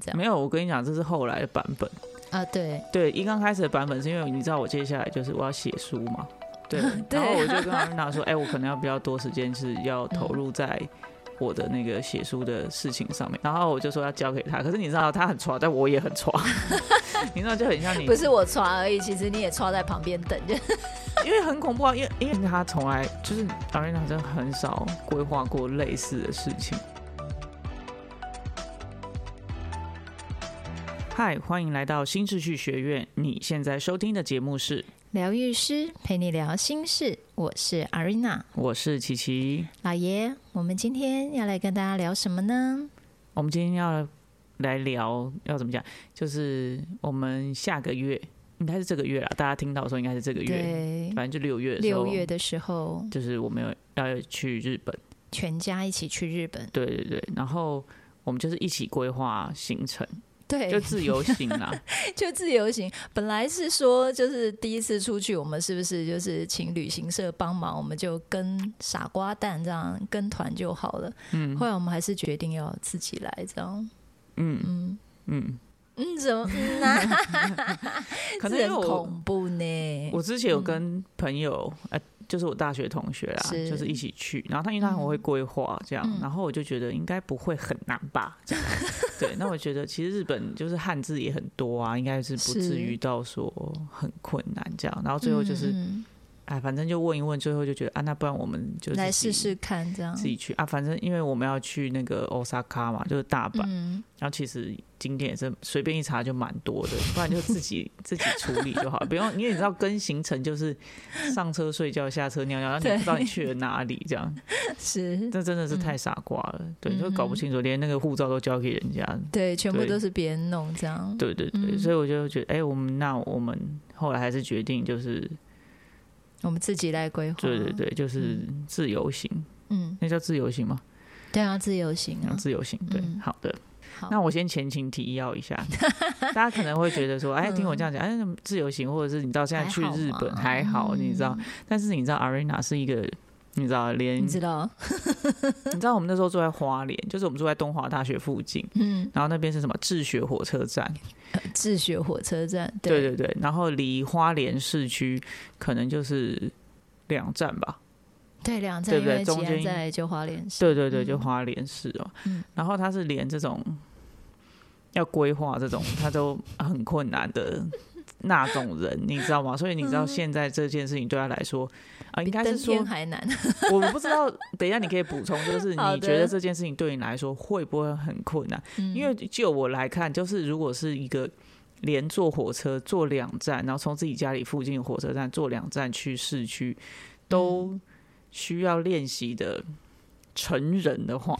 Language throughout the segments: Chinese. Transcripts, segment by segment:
这样没有，我跟你讲，这是后来的版本。啊？对，对，一刚开始的版本是因为你知道我接下来就是我要写书嘛，对， 对然啊后我就跟阿米娜说，哎、我可能要比较多时间是要投入在。我的那个写书的事情上面，然后我就说要交给他，可是你知道他很抓，但我也很抓， 你知道就很像你不是我刷而已，其实你也刷在旁边等着。因为很恐怖啊，因为因为他从来就是 Arena 真的很少规划过类似的事情。嗨，欢迎来到新秩序学院，你现在收听的节目是，疗愈师陪你聊心事，我是 Arina 我是琪琪，老爷。我们今天要来跟大家聊什么呢？我们今天要来聊要怎么讲，就是我们下个月应该是这个月啦，大家听到的时候应该是这个月，对，反正就六月的时候，六月的时候，就是我们有要去日本。全家一起去日本。对对对，然后我们就是一起规划行程，对，就自由行啦。 就自由行，本来是说就是第一次出去，我们是不是就是请旅行社帮忙，我们就跟傻瓜蛋这样跟团就好了。嗯后来我们还是决定要自己来这样。嗯嗯嗯，嗯，怎么嗯啊？可能这因为很我恐怖呢。我之前有跟朋友，呃，就是我大学同学啦，是就是一起去，然后他因为他很会规划这样，嗯然后我就觉得应该不会很难吧，这样。 对，那我觉得其实日本就是汉字也很多啊，应该是不至于是到说很困难这样。然后最后就是，嗯哎，反正就问一问，最后就觉得啊，那不然我们就嗯自来己试试看这样自。己去啊，反正因为我们要去那个 Osaka 嘛，就是大阪，嗯， 然后其实景点也是随便一查就蛮多的，不然就自己自己处理就好，不用因为你知道跟行程就是上车睡觉下车尿尿，然后你不知道你去了哪里这 样，是，这真的是太傻瓜了，嗯对，就搞不清楚，连那个护照都交给人家，对，全部对都是别人弄这样。对对对，嗯所以我就觉得，哎、我们那我们后来还是决定就是，我们自己来规划。对对，对，就是哦自由行，嗯，那叫自由行吗？对啊，自由行啊嗯，。自由行，对，嗯好的。好那我先前情提要一下，大家可能会觉得说，哎，听我这样讲，哎，自由行，或者是你到现在去日本还嗯还好好，嘛你知道，但是你知道 Arena 是一个。你知道，连你你知道，知道我们那时候住在花莲，就是我们住在东华大学附近，嗯，然后那边是什么智学火车站，自学火车站，对对对，然后离花莲市区可能就是两站吧，对，两站，对因不对为中吉安间在就花莲市，对对对，嗯就花莲市哦、嗯然后他是连这种要规划这种他都很困难的那种人，你知道吗？所以你知道现在这件事情对他来说啊，应嗯比该登是说天还难。我不知道，等一下你可以补充， 就是好你的觉得这件事情对你来说会不会很困难？嗯因为就我来看，就是如果是一个。连坐火车坐两站，然后从自己家里附近的火车站坐两站去市区，嗯都需要练习的成人的 话，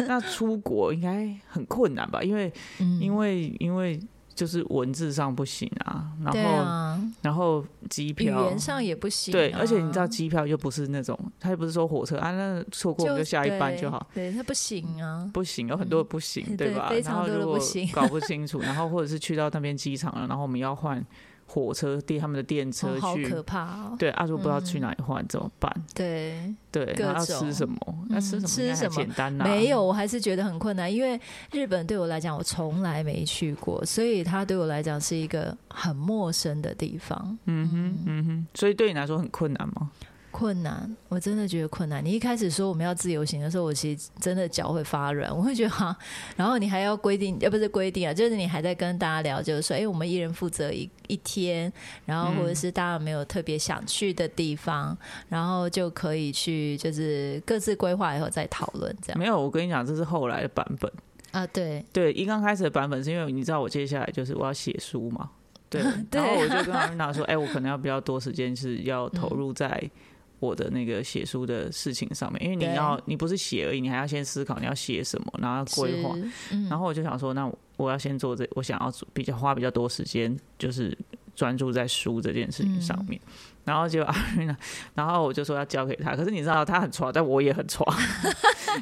那出国应该很困难吧？因为嗯因为因为就是文字上不行啊，然对后、啊，然后机语票言上也不行啊，对，而且你知道机票又不是那种，他又不是说火车啊，那错过我们就下一班就好。，对，对它不行啊，不行，有很多的不行，嗯对对吧？非然常后多的如果不行搞 不清楚，然后或者是去到那边机场了，然后我们要换火车电他们的电车哦好去，可怕哦，对，阿、啊、如果不知道去哪里换、怎么办？对，对，各然后要吃种什么？那、吃什嗯么吃应该什很么简单啊呐、没有，我还是觉得很困难，因为日本对我来讲，我从来没去过，所以它对我来讲是一个很陌生的地方。嗯哼，嗯哼，所以对你来说很困难吗？困难，我真的觉得困难。你一开始说我们要自由行的时候，我其实真的脚会发软，我会觉得哈、然后你还要规定，呃，不是规定啊，就是你还在跟大家聊，就是说，哎、我们一人负责一一天，然后或者是大家没有特别想去的地方，然后就可以去，就是各自规划以后再讨论这样没有，我跟你讲，这是后来的版本。啊，对，对，一刚开始的版本是因为你知道我接下来就是我要写书嘛，对，对然后我就跟阿瑞娜说，哎、我可能要比较多时间是要投入在我的那个写书的事情上面，因为你对要你不是写而已，你还要先思考你要写什么，然后要规划，是，嗯，然后我就想说，那我我要先做这，我想要做比较花比较多时间，就是专注在书这件事情上面。然后结果阿瑞娜，然后我就说要交给他，可是你知道他很挫，但我也很挫，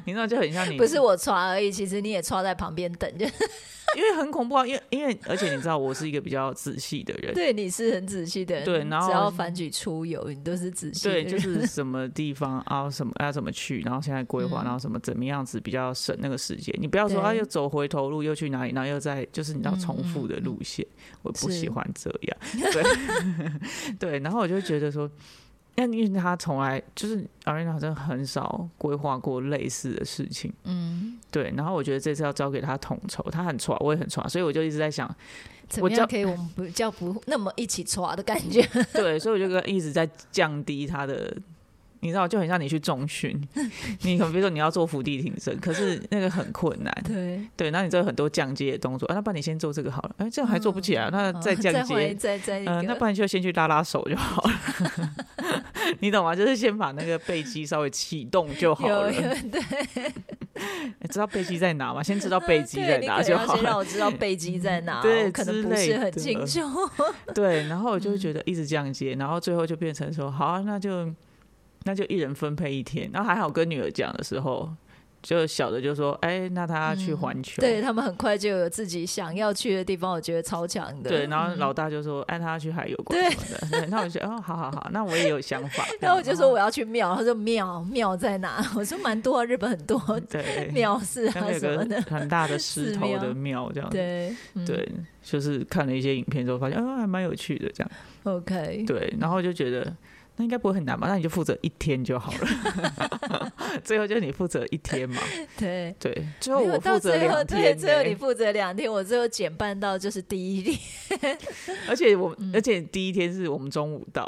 你知道就很像你啊不是我刷而已，其实你也刷在旁边等着，因为很恐怖啊，因为因为而且你知道我是一个比较仔细的人，对，你是很仔细的人，对然后只要反举出游，你都是仔细的对，人，就是什么地方啊，什么要怎么去，然后现在规划，嗯然后什么怎么样子比较省那个时间。你不要说对啊，又走回头路，又去哪里，然后又在就是你知道嗯重复的嗯嗯路线，我不是喜欢这 样。对对，然后我就觉得说，那因为他从来就是阿瑞好像很少规划过类似的事情，嗯，对。然后我觉得这次要交给他统筹，他很差，我也很差，所以我就一直在想，怎我么样叫可以我们不叫不那么一起抓的感 觉？ 对，所以我就跟一直在降低他的，你知道，就很像你去重训， 你可能比如说你要做伏地挺身，可是那个很困难，对，对，那你这有很多降阶的动作，啊，那不然你先做这个好了，哎、这样还做不起来，那哦再降再阶换，再再一嗯、个，那不然就先去拉拉手就好了， 你懂吗？就是先把那个背肌稍微启动就好了，有有对，哎知道背肌在哪吗？先知道背肌在嗯对哪就你可能要好先让了，我知道背肌在 哪，哦对我可能不之类是的很清楚。 对，然后我嗯就会觉得一直降阶，然后最后就变成说，好啊、那就那就一人分配一天。然后还好跟女儿讲的时候，就小的就说，哎、那她去环球，嗯对他们很快就有自己想要去的地方，我觉得超强的。嗯对然后老大就说，哎、她去海游馆对什么的。对，那我就觉得，哦，好好好，那我也有想 。法哦然后我就说我要要去庙，他说庙庙在哪？ 我说蛮多啊，日本很多 对，庙寺那啊嗯边有什么个。的嗯很大的石 寺头的庙庙这样子。对，嗯对，就是看了一些影片之后，发现，啊，还蛮有趣的这样。 ，OK，对，然后就觉得那应该不会很难吧？那你就负责一天就好了。 最后就是你负责一天嘛，对。对，最后没有我到负责最后，两对，天、欸最后你，负责两天，我最后减半到就是第一天 而且我，而且第一天是我们中午到，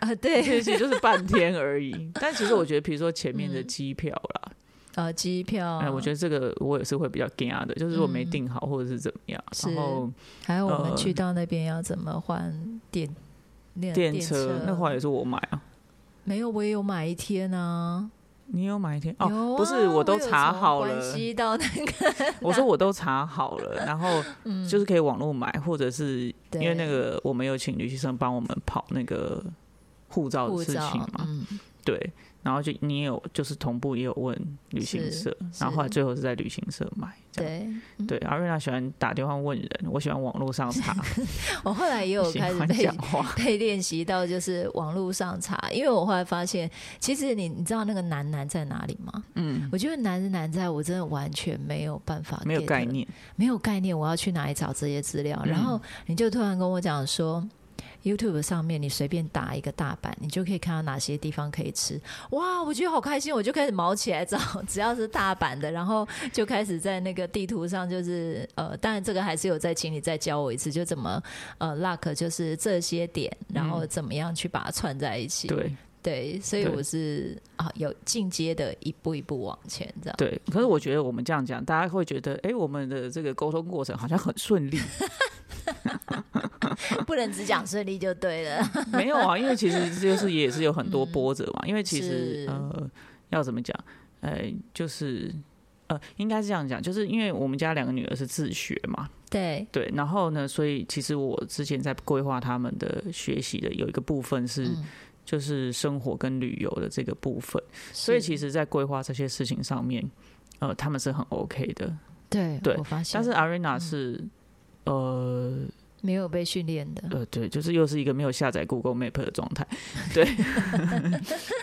啊，其嗯对，实就是半天而已。但其实我觉得，比如说前面的嗯机票啦，呃，机票，哎、我觉得得这个我也是会比较惊讶的，就是我没嗯订好或者是怎么样，是然后还有我们呃去到那边要怎么换电电电车车，那后来也是我买啊，没有，我也有买一天啊。你有买一天有哦？啊不是，我都有查从好关了。西到那个， 我说我都查好了，然后就是可以网络买，或者是嗯对因为那个我们有请旅行社帮我们跑那个护照的护事照情嘛，嗯，对，然后就你也有就是同步也有问旅行是社，然后后来是嗯最后是在旅行社买，这样对，对。阿瑞娜喜欢打电话问人，我喜欢网络上查， 我后来也我有喜开始欢被讲话， 被练习到，就是网络上查，因为我后来发现，其实你你知道那个难难在哪里吗？嗯，我觉得难是难在我真的完全没有办法，没有概，念，没有概念，我要去哪里找这些资料？嗯然后你就突然跟我讲说。YouTube 上面你随便打一个大阪，你就可以看到哪些地方可以吃。哇，我觉得好开心，我就开始毛起来找，只要是大阪的，然后就开始在那个地图上，就是呃，当然这个还是有在，请你再教我一次，就怎么呃 lock 就是这些点，然后怎么样去把它串在一起。对对，所以对我是啊有进阶的一步一步往前 这样。对。可是我觉得我们这样讲，大家会觉得，哎、我们的这个沟通过程好像很顺利，不能只讲顺利就对了。 没有啊，因为其实就是也是有很多波折嘛，因为其实是呃，要怎么讲，呃，就是呃，应该是这样讲，就是因为我们家两个女儿是自学嘛，对，对，然后呢，所以其实我之前在规划他们的学习的有一个部分是，嗯就是生活跟旅游的这个部分，所以是其实在规划这些事情上面，呃，他们是很 OK 的，对，对我发现，但是嗯 Arena 是。呃没有被训练的，呃，对，就是又是一个没有下载 Google Map 的状态， 对，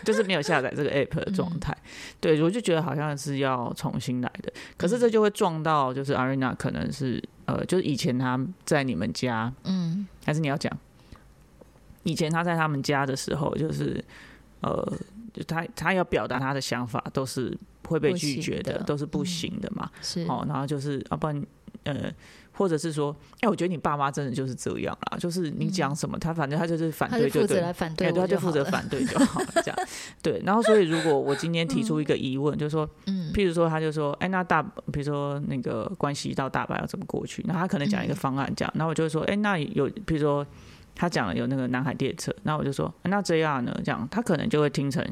就是没有下载这个 App 的嗯状态，对，我就觉得好像是要重新来的，可是这嗯就会撞到，就是 Arena 可能是呃，就是以前他在你们家，嗯，还是你要讲？以前他在他们家的时候，就是呃，就他他要表达他的想法都是会被不行拒绝的，的嗯都是不行的嘛。是，哦，然后就是要、啊不然呃，或者是说，哎、我觉得你爸妈真的就是这样啦，就是你讲什么，他反正他就是反嗯他对是就负对了。责来反哎对，对我他就就负好责了，反对就好了，这样对。然后，所以如果我今天提出一个疑问，就是说，嗯，譬如说，他就说，哎、那大，比如说那个关系到大阪要怎么过去？那他可能嗯讲一个方案这样，然后我就会说，哎、那有，譬如说他讲了有那个南海列车，那我就说，哎那这样呢？这样他可能就会听成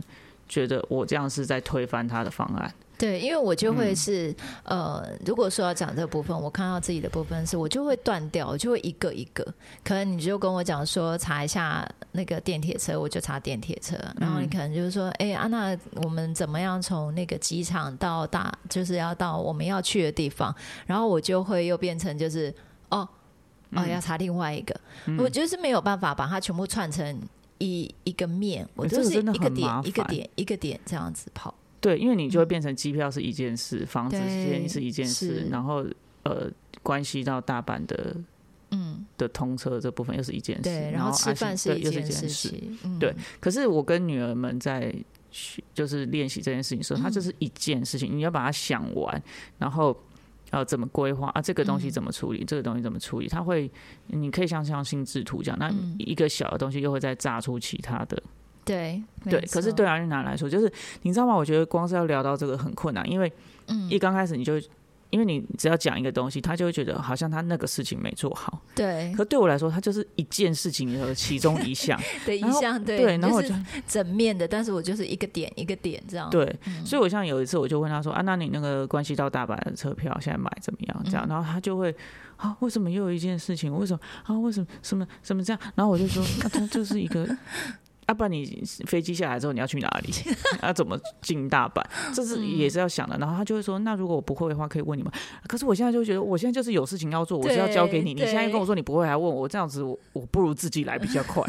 觉得我这样是在推翻他的方案。对，因为我就嗯会是、呃，如果说要讲这部分，我看到自己的部分是，我就会断掉，我就会一个一个。可能你就跟我讲说查一下那个电铁车，我就查电铁车。然嗯后你可能就是说，哎、安娜，那我们怎么样从那个机场到大，就是要到我们要去的地方？然后我就会又变成就是，哦，哦，嗯要查另外一个。我就是没有办法把它全部串成一一个面，我哎这就个是真的一个很点麻一个烦点一个点这样子跑。对，因为你就会变成机票是一件事，房子嗯对先是一件事是，然后呃，关系到大阪的嗯，的通车这部分又是一件事，对，然后后吃阿信饭对是一又是件件事事。情，嗯对，可是我跟女儿们在学就是练习这件事情的时候，它嗯就是一件事情，你要把它想完，然后呃怎么规划啊，这个嗯东西怎么处理，这个东西怎么处理，它会你可以像像心智图这样，那嗯一个小的东西又会再炸出其他的，对对没。可是错对阿瑞娜来说，就是你知道吗？我觉得光是要聊到这个很困难，因为嗯一刚开始你就会。因为你只要讲一个东西，他就会觉得好像他那个事情没做好。对可对我来说，它就是一件事情里头的其中一 项。的一然后项，对，然后我就就是整面的，但是我就是一个点一个点这样，嗯对，所以我像有一次我就问他说啊，那你那个关系到大阪的车票现在买怎么样？这嗯样，然后他就会啊，为什么又有一件事情？为什么啊？为什么什么什么这样？然后我就说，那、他就是一 个。啊，不然你飞机下来之后你要去哪里？啊，怎么进大阪？这嗯是也是要想的。然后他就会说，那如果我不会的话，可以问你们。可是我现在就觉得，我现在就是有事情要做，我是要交给你。你对现在跟我说你不会，还问我，这样子我我不如自己来比较快。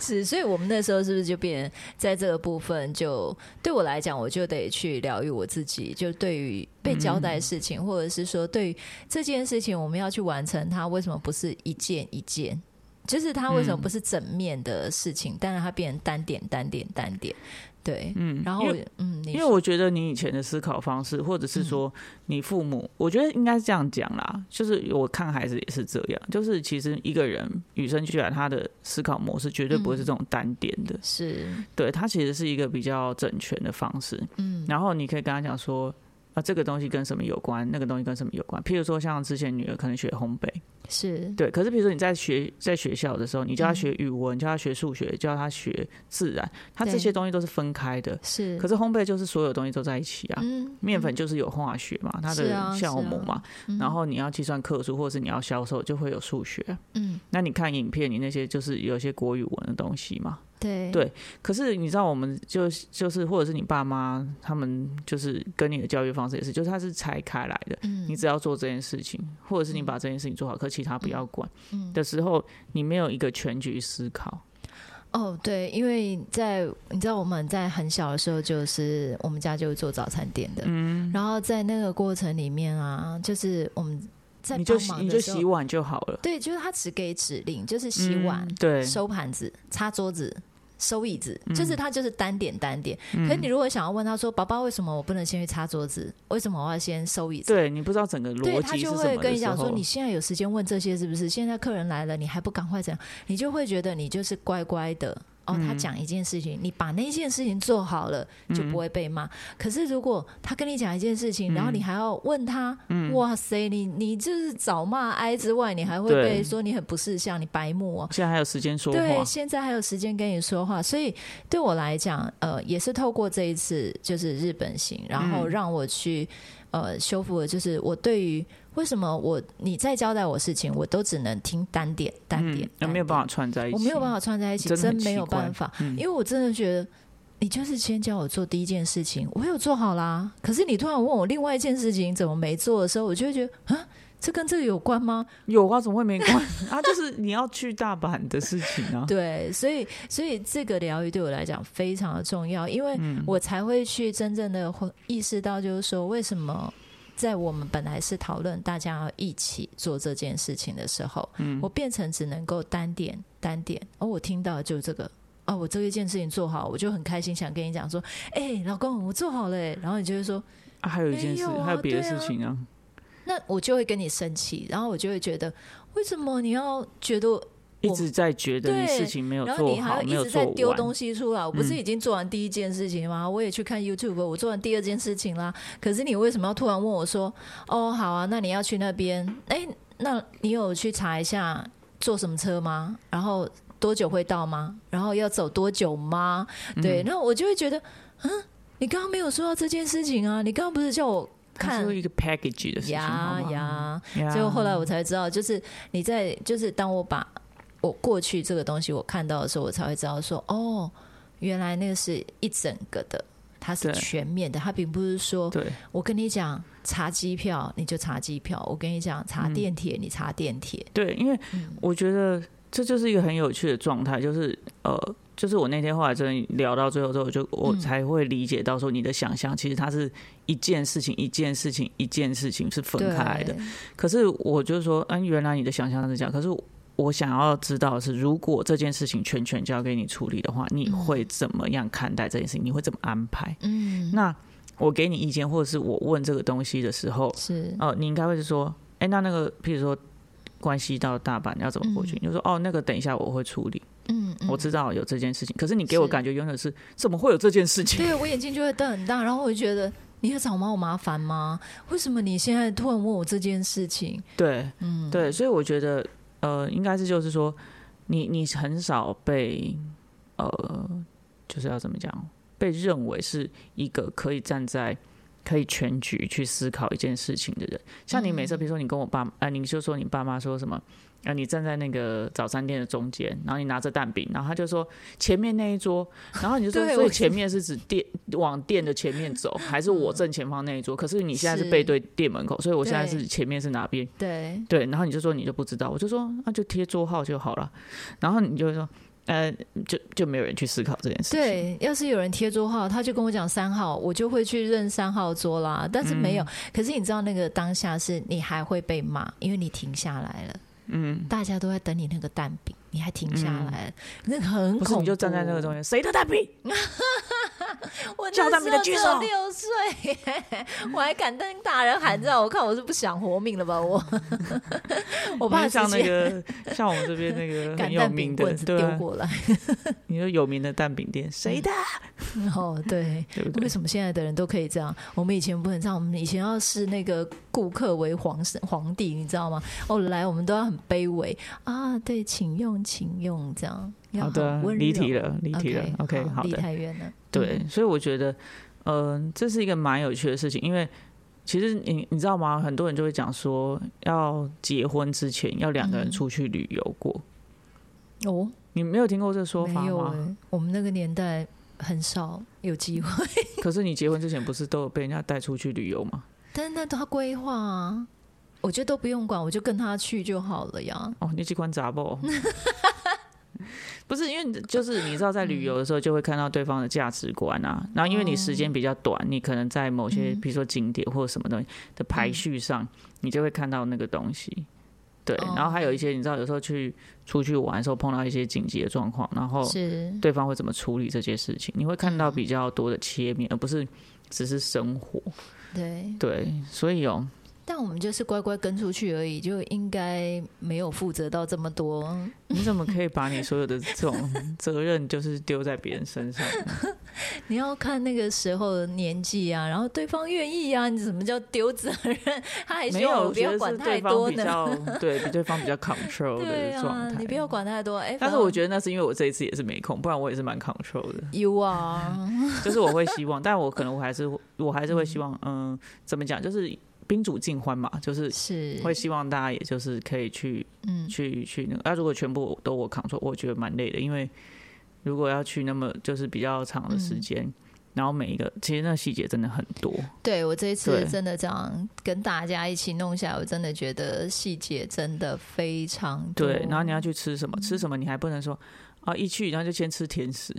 是，所以我们那时候是不是就变在这个部分就对我来讲，我就得去疗愈我自己，就对于被交代的嗯事情，或者是说对于这件事情我们要去完成它，为什么不是一件一件？就是它为什嗯么不是整面的事情，但是它变成单点、单点、单点，对，嗯，然后因我为嗯，你嗯因为我觉得你以前的思考方式，或者是说你父母，我觉得应该是这样讲啦。就是我看孩子也是这样，就是其实一个人与生俱来，他的思考模式绝对不会嗯是这种单点的，是对他其实是一个比较整全的方式。嗯，然后你可以跟他讲说。啊，这个东西跟什么有关？那个东西跟什么有关？譬如说，像之前女儿可能学烘焙，是，对。可是，比如说你在学在学校的时候，你嗯教他学语文，教他学数学，教他学自然，他这对些东西都是分开的。是，可是烘焙就是所有东西都在一起啊。嗯，面粉就是有化学嘛，它是啊的酵母是啊嘛，嗯然后你要计算克数，或是你要销售，就会有数学。嗯，那你看影片，你那些就是有一些国语文的东西嘛。对对可是你知道，我们就就是或者是你爸妈他们就是跟你的教育方式也是，就是它是拆开来的。嗯你只要做这件事情，或者是你把这件事情做好，可其他不要管嗯的时候，你没有一个全局思考。哦，对，因为在你知道我们在很小的时候，就是我们家就是做早餐店的，嗯，然后在那个过程里面啊，就是我们在你就帮洗忙你就的时洗候，碗就好了。对，就是他只给指令，就是洗碗、嗯对，嗯收盘子、擦桌子。收椅子，就是他就是单点单点。可是你如果想要问他说：“爸爸，为什么我不能先去擦桌子？为什么我要先收椅子？”对你不知道整个对逻他辑是什就么会的跟你时讲说，候你现在有时间问这些是不是？现在客人来了，你还不赶快怎样？你就会觉得你就是乖乖的。哦，嗯他讲一件事情，你把那件事情做好了，就不会被骂。可是如果他跟你讲一件事情，嗯然后你还要问他，哇塞，你你就是找骂挨之外，你还会对被说你很不识相，你白目哦。现在还有时间说对，话，现在还有时间跟你说话，所以对我来讲，呃，也是透过这一次就是日本行，然嗯后让我去呃修复了，就是我对于为什么我你在交代我事情，我都只能听单点单点，嗯那没有办法，法串在一起，我没有办法串在一起，真的很真没有奇怪办法，嗯因为我真的觉得。你就是先叫我做第一件事情，我有做好啦。可是你突然问我另外一件事情怎么没做的时候，我就会觉得啊，这跟这个有关吗？有啊，怎么会没关？ 啊，就是你要去大阪的事情啊。对，所以所以这个疗愈对我来讲非常的重要，因为我才会去真正的意识到，就是说为什么。在我们本来是讨论大家要一起做这件事情的时候，我变成只能够单点单点，哦，我听到就这个，哦，我这一件事情做好，我就很开心，想跟你讲说，哎、老公，我做好了、欸，然后你就会说，啊还有一件事，没有啊还有别的对啊事情啊。那我就会跟你生气，然后我就会觉得，为什么你要觉得一直在觉得你对事情没有然后做你还好，要没一有直在做丢东完，嗯西出来。我不是已经做完第一件事情吗？我也去看 YouTube，我做完第二件事情啦。可是你为什么要突然问我说：“哦，好啊，那你要去那边？哎，那你有去查一下坐什么车吗？然后多久会到吗？然后要走多久吗？对，那我就会觉得，嗯，你刚刚没有说到这件事情啊，你刚刚不是叫我它看是一个 package 的事情，好呀不好呀？呀所以后来我才知道，就是你在，就是当我把我过去这个东西我看到的时候，我才会知道说，哦，原来那个是一整个的，它对是全面的，它并不是说对我跟你讲查机票你就查机票，我跟你讲查嗯电铁你查电铁，对，因为嗯我觉得这就是一个很有趣的状态，就是呃，就是我那天后来真的聊到最后之后，我就我嗯才会理解到说你的想象其实它是一件事情一件事情一件事情是分对，开来的，可是我就是说，嗯，原来你的想象是这样，可是我想要知道的是，如果这件事情全权交给你处理的话，你会怎么样看待这件事情？你会怎么安排？嗯，那我给你意见，或者是我问这个东西的时候，是哦、你应该会是说，哎、那那个，譬如说。关系到大阪要怎么过去？你就说哦，那个等一下我会处理，嗯，嗯我知道有这件事情。可是你给我是感觉永远是怎么会有这件事情？对我眼睛就会瞪很大，然后我就觉得你要找我麻烦吗？为什么你现在突然问我这件事情？对，嗯，对，所以我觉得，呃，应该是就是说，你你很少被，呃，就是要怎么讲，被认为是一个可以站在可以全局去思考一件事情的人。像你每次，比如说你跟我爸，啊、你就说你爸妈说什么，啊、你站在那个早餐店的中间，然后你拿着蛋饼，然后他 就说前面那一桌，然后你就说，对所以我前面是指店往店的前面走，还是我正前方那一桌？可是你现在是是背对店门口，所以我现在对是前面是哪边？对，对，然后你就说你就不知道，我就说那就贴桌号就好了，然后你就会说，呃，就就没有人去思考这件事情。对，要是有人贴桌号，他就跟我讲三号，我就会去认三号桌啦。但是嗯没有，可是你知道那个当下是你还会被骂，因为你停下来了。嗯，大家都在等你那个蛋饼，你还停下来了，那个很嗯不恐是怖。你就站在那个中间，间，谁的蛋饼？我叫那蛋饼时的候举只手有六岁， 我还敢跟大人喊叫，我看我是不想活命了 吧？我我因怕为像直那接个像我们这边那 个很擀有蛋名饼的棍，子对丢啊，过来。你说有名的蛋饼店，谁的？ 哦，对，对不为对？什么现在的人都可以这样？我们以前不能这样，我们以前要视那个顾客为皇上皇帝，你知道吗？哦，来，我们都要很卑微啊，对，请用，请用，这样嗯要好的很，温啊柔。离题了，离题了。OK，好离的，太远了。对，所以我觉得，嗯、这是一个蛮有趣的事情，因为其实你你知道吗？很多人就会讲说，要结婚之前要两个人嗯出去旅游过，嗯哦，你没有听过这说没法有吗？哎，我们那个年代很少有机会， 可是你结婚之前不是都有被人家带出去旅游吗？但是那都要规划啊。我觉得都不用管，我就跟他去就好了呀。哦，你这关杂 不？不是，因为就是你知道，在旅游的时候就会看到对方的价值观啊。然后因为你时间比较短，你可能在某些嗯比如说景点或者什么东西的排序上，你就会看到那个东西。对，哦然后还有一些你知道，有时候去出去玩的时候碰到一些紧急的状况，然后是，对方会怎么处理这些事情，你会看到比较多的切面，而不是只是生活。对。对，所以哦，但我们就是乖乖跟出去而已，就应该没有负责到这么多。 你怎么可以把你所有的这种责任就是丢在别人身上呢？你要看那个时候的年纪啊，然后对方愿意啊，你怎么叫丢责任？他还没哎希有，望我我不觉要得管是太对方多比呢。较 对比对方比较 control 对的状啊，态。你不要管太多。哎，但是我觉得那是因为我这一次也是没空，不然我也是蛮 control 的，得 you are 就是我会希望，但我可能我还是我还是会希望，嗯，怎么讲，就是宾主尽欢嘛，就是是会希望大家也就是可以去嗯去去那个。那、啊如果全部都我 control，我觉得蛮累的，因为如果要去那么就是比较长的时嗯间，然后每一个其实那细节真的很多。对我这一次对真的这样跟大家一起弄下来，我真的觉得细节真的非常多。对，然后你要去吃什嗯么？吃什么你还不能说啊，一去然后就先吃甜 食，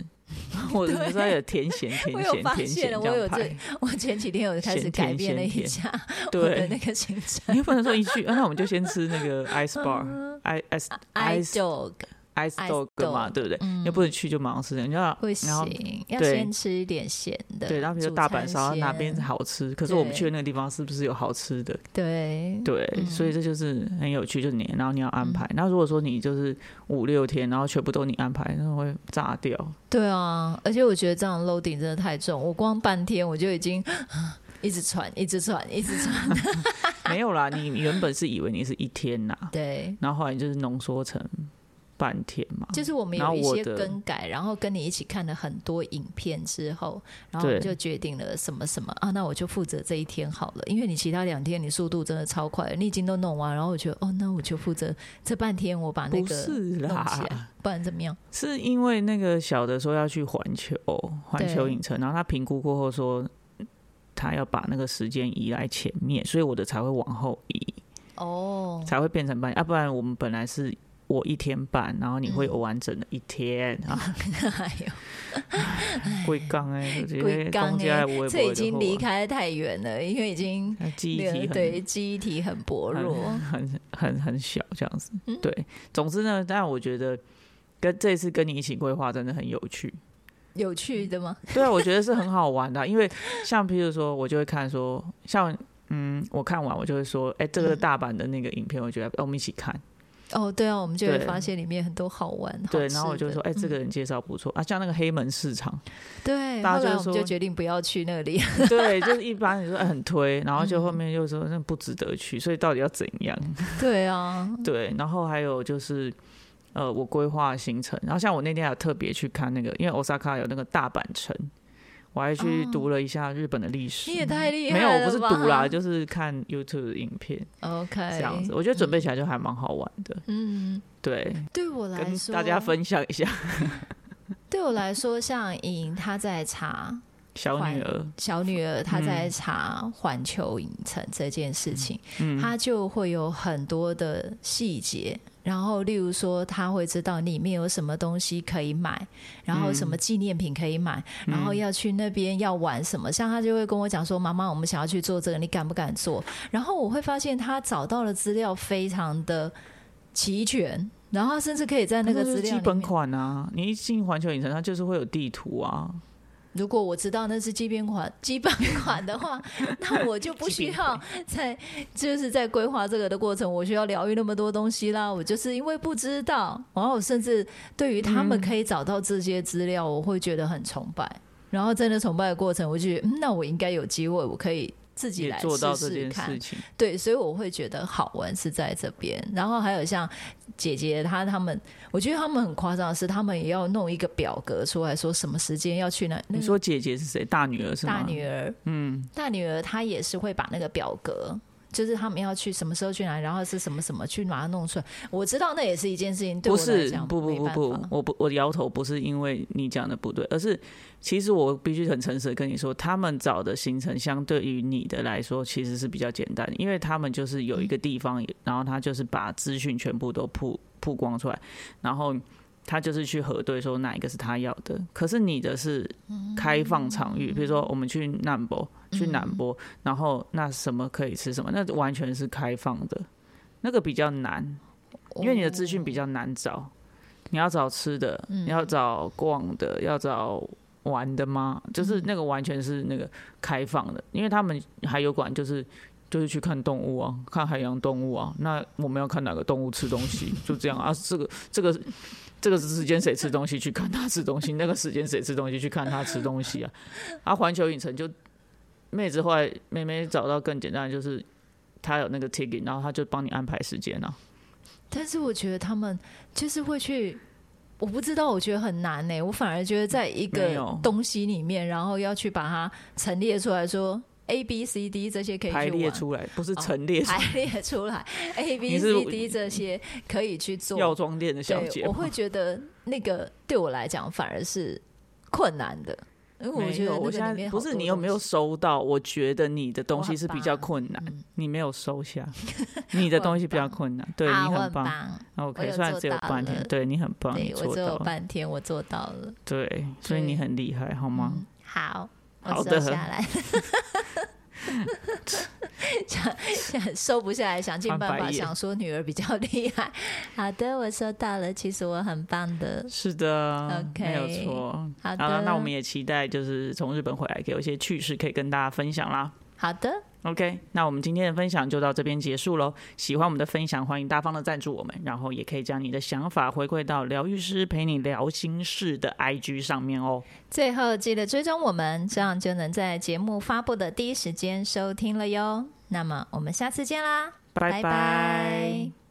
我对你知道有甜咸甜我有咸发甜现咸了这我样有排，我前几天我开始咸改甜变了咸一甜下我的那对，个行 程。你又不能说一去，啊那我们就先吃那 个 ice 嗯 bar，i ice I ice 啊 dog ice ice dog 嘛， dog，对不对？嗯又不能去就马上吃，你知道不？然后行，要对先吃一点咸的。对，然后比如主说大餐阪烧啊哪先边好吃，可是我们对去的那个地方是不是有好吃的？对对，嗯所以这就是很有趣，就是你，然后你要安排。那如果说你就是五六天，然后全部都你安排，那会炸掉。对啊，而且我觉得这样 loading 真的太重，我光半天我就已经一直喘，一直喘，一直喘。 没有啦，你原本是以为你是一天呐，对，然后后来就是浓缩成半天嘛，就是我们哦然有后我一些的更改，然后跟你一起看了很多影片之后，然后我对们就决定了什么什么啊，那我就负责这一天好了，因为你其他两天你速度真的超快，你已经都弄完，然后我觉得哦，那我就负责这半天我把那不个是弄起来，啦，不然怎么样？是因为那个小的说要去环球环球影城，然后他评估过后说他要把那个时间移来前面，所以我的才会往后移，哦， 才会变成半啊夜，要、不然我们本来是。我一天半，然后你嗯会有完整的一天、 啊，哎呦。贵港哎，这贵些港公家欸我也不会这已就经好离啊，开太远了，因为已经那记忆体那个很嗯对记忆体很薄弱。很很很小这样子嗯。对，总之呢，但我觉得跟这一次跟你一起规划真的很有趣。有趣的吗？对啊，我觉得是很好玩的啊、因为像譬如说，我就会看说，像嗯，我看完我就会说，哎、这个嗯大阪的那个影片，我觉得、哦我们一起看。哦，对啊，我们就会对发现里面很多好玩。对，好吃然后我就的嗯说，哎、这个人介绍不错、啊，像那个黑门市场，对，大家后来就我们说就决定不要去 那里。对，就是一般你说、哎很推，然后就嗯后面又说那不值得去，所以到底要怎样？对啊，对，然后还有就是，呃，我规划行程，然后像我那天还有特别去看那个，因为 Osaka 有那个大阪城，我还去哦读了一下日本的历史。你也太厉嗯害没有，我不是了吧读啦，就是看 YouTube 的影片 OK 这样子，。我觉得准备起来就还蛮好玩的。嗯，对，对我来跟说，大家分享一下对我来说，像颖她在查小女儿，小女儿，她在查环球影城这件事情，嗯，他就会有很多的细节。然后，例如说，他会知道里面有什么东西可以买，然后嗯什么纪念品可以买，然后要去那边要玩什么。像他就会跟我讲说：“妈妈，我们想要去做这个，你敢不敢做？”然后我会发现他找到的资料非常的齐全，然后他甚至可以在那个就是资料基里本面款啊，你一进环球影城，它就是会有地图啊，如果我知道那是基本款 基本款 的话，那我就不需要 在就是在规划这个的过程，我需要疗愈那么多东西啦。我就是因为不知道，然后我甚至对于他们可以找到这些资料，我会觉得很崇拜。然后在那崇拜的过程，我就觉得，嗯，那我应该有机会，我可以自己也来做到试这试件看。事情。对，所以我会觉得好玩是在这边。然后还有像姐姐她他们，我觉得他们很夸张的是，他们也要弄一个表格出来说什么时间要去哪。那你个说姐姐是谁？大女儿是吗？大女儿，嗯，大女儿她也是会把那个表格。就是他们要去什么时候去哪里，然后是什么什么去把它弄出来。我知道那也是一件事情，对不我来是，讲不不没不办不法，我不我摇头，不是因为你讲的不对，而是其实我必须很诚实的跟你说，他们找的行程相对于你的来说其实是比较简单，因为他们就是有一嗯个地方，然后他就是把资讯全部都曝曝光出来，然后他就是去核对说哪一个是他要的。可是你的是嗯开放场域，比如说我们去南博，去南博，然后那什么可以吃什么，那完全是开放的，那个比较难。因为你的资哦讯比较难找，你要找吃的，你要找逛的，要找玩的吗？就是那个完全是那个开放的，因为他们还有管就是。就是去看动物啊，看海洋动物啊。那我们要看哪个动物吃东西，就这样啊。这个这个这个时间谁吃东西去看他吃东西，那个时间谁吃东西去看他吃东西啊。啊，环球影城就妹子后来妹妹找到更简单的，就是她有那个 ticket，然后她就帮你安排时间啊。但是我觉得他们就是会去，我不知道，我觉得很难欸呢、我反而觉得在一没个有东西里面，然后要去把它陈列出来说 A B C D 这些可以去排列玩出来，不是哦陈列出来。排列出来 A 你 B 是 C D 这些可以去做。药妆店的小姐对，吗，我会觉得那个对我来讲反而是困难的，因为没我觉得有那我个现里在面不好是多你有没有东西收到？我觉得你的东西是比较困我很难棒，嗯你没有收 下，你的东西比较困难，对啊，你我很棒。哦棒，我 OK，有虽然做只有到半天了，对你很棒，你对我做只有到了，半天，我做到了，对，所以你对很厉害，好吗？嗯好。好我收的下来，想想收不下来，想尽翻办白法眼想说女儿比较厉害。好的，我收到了，其实我很棒的。是的 OK 没有错。好好了，的，那我们也期待就是从日本回来，给我一些趣事可以跟大家分享啦。好的， OK，那我们今天的分享就到这边结束喽。喜欢我们的分享，欢迎大方的赞助我们，然后也可以将你的想法回馈到疗愈师陪你聊心事的 IG 上面哦。最后记得追踪我们，这样就能在节目发布的第一时间收听了哟。那么我们下次见啦，拜拜拜